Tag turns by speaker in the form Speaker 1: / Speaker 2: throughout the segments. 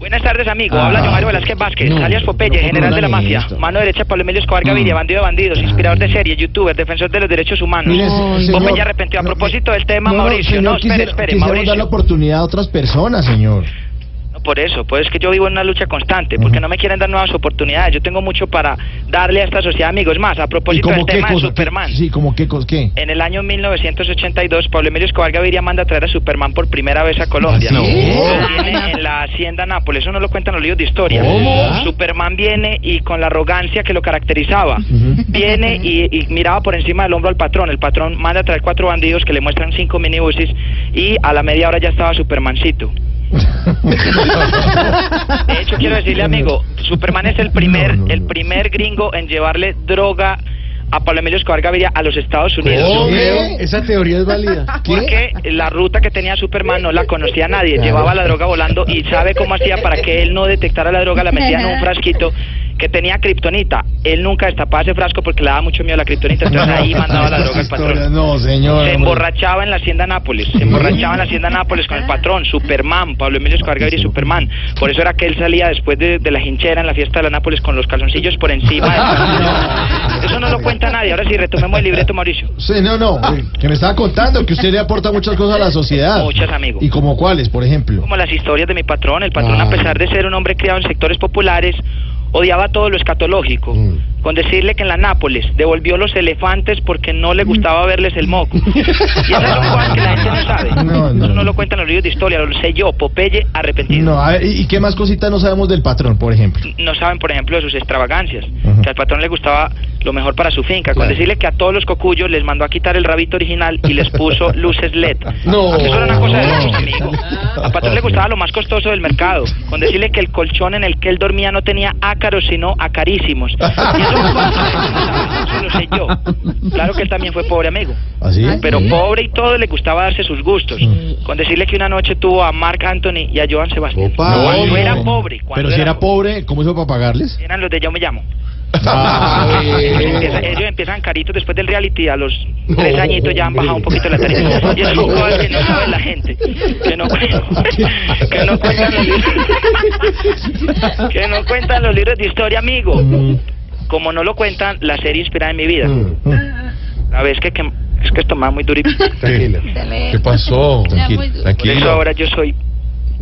Speaker 1: Buenas tardes, amigo. Habla
Speaker 2: Ah.
Speaker 1: John Mario Velázquez Vázquez,
Speaker 2: No,
Speaker 1: alias Popeye,
Speaker 2: no, no
Speaker 1: general de la
Speaker 2: habla ni
Speaker 1: mafia,
Speaker 2: esto.
Speaker 1: mano derecha Pablo Emilio Escobar Gaviria, bandido de bandidos, inspirador de series, youtuber, defensor de los derechos humanos.
Speaker 2: Mire, se- señor-
Speaker 1: Popeye arrepentido. A
Speaker 2: no,
Speaker 1: propósito del tema,
Speaker 2: no, no,
Speaker 1: Mauricio,
Speaker 2: señor,
Speaker 1: no, espere,
Speaker 2: quisiera-
Speaker 1: espere,
Speaker 2: quisiéramos
Speaker 1: Mauricio.
Speaker 2: dar la oportunidad a otras personas, señor.
Speaker 1: No, Por eso, pues es que yo vivo en una lucha constante, porque no me quieren dar nuevas oportunidades. Yo tengo mucho para darle a esta sociedad, amigos. Más, a
Speaker 2: ¿Y
Speaker 1: propósito del
Speaker 2: cómo qué
Speaker 1: tema de
Speaker 2: cosa?
Speaker 1: Pues Superman. Eh,
Speaker 2: Sí, como qué cosa, qué.
Speaker 1: En el año 1982, Pablo Emilio Escobar Gaviria manda a traer a Superman por primera vez a Colombia.
Speaker 2: No.
Speaker 1: Viene en la hacienda Nápoles, eso no lo cuentan los libros de historia.
Speaker 2: ¿Cómo?
Speaker 1: Superman viene y con la arrogancia que lo caracterizaba, viene y, y miraba por encima del hombro al patrón. El patrón manda a traer cuatro bandidos que le muestran cinco minibuses y a la media hora ya estaba Supermancito. De hecho, quiero decirle, amigo, Superman es el primer,
Speaker 2: No, no,
Speaker 1: el
Speaker 2: no.
Speaker 1: primer gringo en llevarle droga a Pablo Emilio Escobar Gaviria a los Estados Unidos.
Speaker 2: ¿Qué? Esa teoría es válida.
Speaker 1: Porque la ruta que tenía Superman no la conocía nadie. Llevaba la droga volando y sabe cómo hacía para que él no detectara la droga. La metía en un frasquito que tenía kriptonita. Él nunca destapaba ese frasco porque le daba mucho miedo a la kriptonita. Entonces ahí mandaba la droga al
Speaker 2: Historia,
Speaker 1: patrón.
Speaker 2: No, señor.
Speaker 1: Se
Speaker 2: hombre.
Speaker 1: emborrachaba en la hacienda Nápoles, se emborrachaba en la hacienda Nápoles con el patrón, Superman, Pablo Emilio Escobar Gaviria y Superman. Por eso era que él salía después de, de la hinchera en la fiesta de la Nápoles con los calzoncillos por encima. del pantalón. Eso no lo cuenta Ah. nadie. Ahora sí, retomemos el libreto, Mauricio.
Speaker 2: Sí, no, no, eh, que me estaba contando que usted le aporta muchas cosas a la sociedad.
Speaker 1: Muchas, amigo.
Speaker 2: ¿Y como cuáles, por ejemplo?
Speaker 1: como las historias de mi patrón. El patrón,
Speaker 2: Ah.
Speaker 1: a pesar de ser un hombre criado en sectores populares, odiaba todo lo escatológico.
Speaker 2: Mm.
Speaker 1: Con decirle que en la Nápoles devolvió los elefantes porque no
Speaker 2: Mm.
Speaker 1: le gustaba verles el moco. Y esas son cosas que la gente no sabe.
Speaker 2: No, no.
Speaker 1: Eso no lo cuentan los libros de historia, lo sé yo, Popeye arrepentido.
Speaker 2: No, a ver, ¿y y qué más cositas no sabemos del patrón, por ejemplo?
Speaker 1: no saben, por ejemplo, de sus extravagancias.
Speaker 2: Ujú.
Speaker 1: Que al patrón le gustaba lo mejor para su finca. Con
Speaker 2: Claro.
Speaker 1: decirle que a todos los cocuyos les mandó a quitar el rabito original y les puso luces LED.
Speaker 2: No.
Speaker 1: Eso era una cosa de locos,
Speaker 2: No.
Speaker 1: amigo. Al patrón le gustaba lo más costoso del mercado. Con decirle que el colchón en el que él dormía no tenía ácaros, sino acarísimos. Y eso, eso lo sé yo. Claro que él también fue pobre, amigo.
Speaker 2: ¿Así?
Speaker 1: Pero pobre y todo le gustaba darse sus gustos. Con decirle que una noche tuvo a Mark Anthony y a Joan Sebastián.
Speaker 2: Opa,
Speaker 1: cuando
Speaker 2: no.
Speaker 1: era pobre. Cuando
Speaker 2: Pero si era
Speaker 1: pobre.
Speaker 2: pobre, ¿cómo hizo para pagarles?
Speaker 1: Eran los de Yo Me Llamo.
Speaker 2: Ah,
Speaker 1: Ellos
Speaker 2: bien.
Speaker 1: empiezan, ellos empiezan caritos después del reality, a los
Speaker 2: No,
Speaker 1: tres añitos ya han bajado un poquito la tarifa.
Speaker 2: hombre.
Speaker 1: Y eso son cosas que no sabe la gente, que no, cu- que no cuentan los libros- que no cuentan los libros de historia, amigo.
Speaker 2: Mm.
Speaker 1: Como no lo cuentan la serie inspirada en mi vida.
Speaker 3: Mm.
Speaker 1: La vez que, que- es que esto me va muy duro. y-
Speaker 3: Tranquila.
Speaker 4: Dale.
Speaker 3: ¿Qué pasó?
Speaker 4: muy
Speaker 3: Tranquila.
Speaker 4: duro.
Speaker 1: Por
Speaker 3: tranquila.
Speaker 1: eso ahora yo soy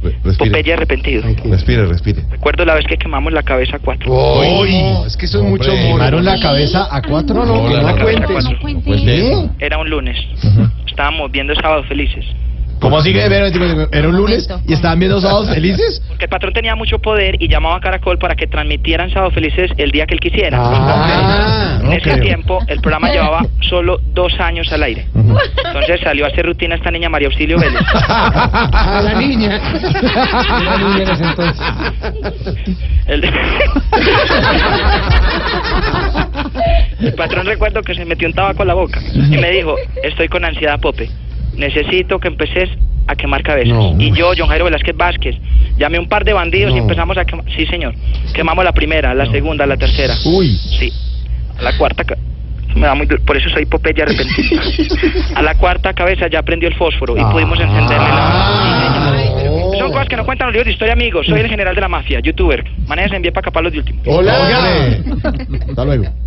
Speaker 3: Re- respire.
Speaker 1: Popeye arrepentido.
Speaker 3: Respire, respire.
Speaker 1: Recuerdo la vez que quemamos la cabeza a cuatro.
Speaker 3: Uy,
Speaker 2: no,
Speaker 3: es que eso es
Speaker 2: Hombre,
Speaker 3: mucho humor.
Speaker 2: quemaron la cabeza a cuatro, no,
Speaker 3: No,
Speaker 2: que
Speaker 3: la- Pues
Speaker 2: no
Speaker 3: la-
Speaker 2: cuentes.
Speaker 1: la-
Speaker 4: Cuente.
Speaker 2: ¿Qué?
Speaker 1: Era un lunes. Estábamos viendo sábado felices.
Speaker 2: ¿Cómo así que era, era un lunes y estaban viendo sábados felices?
Speaker 1: Porque el patrón tenía mucho poder y llamaba a Caracol para que transmitieran Sábado Felices el día que él quisiera.
Speaker 2: Ah,
Speaker 1: en ese
Speaker 2: ok.
Speaker 1: tiempo el programa llevaba solo dos años al aire. Entonces salió a hacer rutina esta niña María Auxilio Vélez.
Speaker 2: A Ah, la niña. la niña en ese entonces.
Speaker 1: El, El patrón recuerdo que se metió un tabaco a la boca y me dijo, estoy con ansiedad, Pope. Necesito que empeces a quemar cabezas.
Speaker 2: No.
Speaker 1: y yo, John Jairo Velázquez Vázquez, llamé un par de bandidos y
Speaker 2: No.
Speaker 1: empezamos a quemar. Sí, señor. Quemamos la primera, la segunda, la tercera.
Speaker 2: Uy.
Speaker 1: Sí. A la cuarta. ca- Me da muy duro, Por eso soy Popeye arrepentido. A la cuarta cabeza ya prendió el fósforo y pudimos
Speaker 2: Ah.
Speaker 1: encenderle la. Sí, señor.
Speaker 2: no.
Speaker 1: Son cosas que no cuentan los libros de historia, amigos. Soy el general de la mafia, youtuber. Manejas envié para acá para los de último.
Speaker 2: Hola. Hasta luego.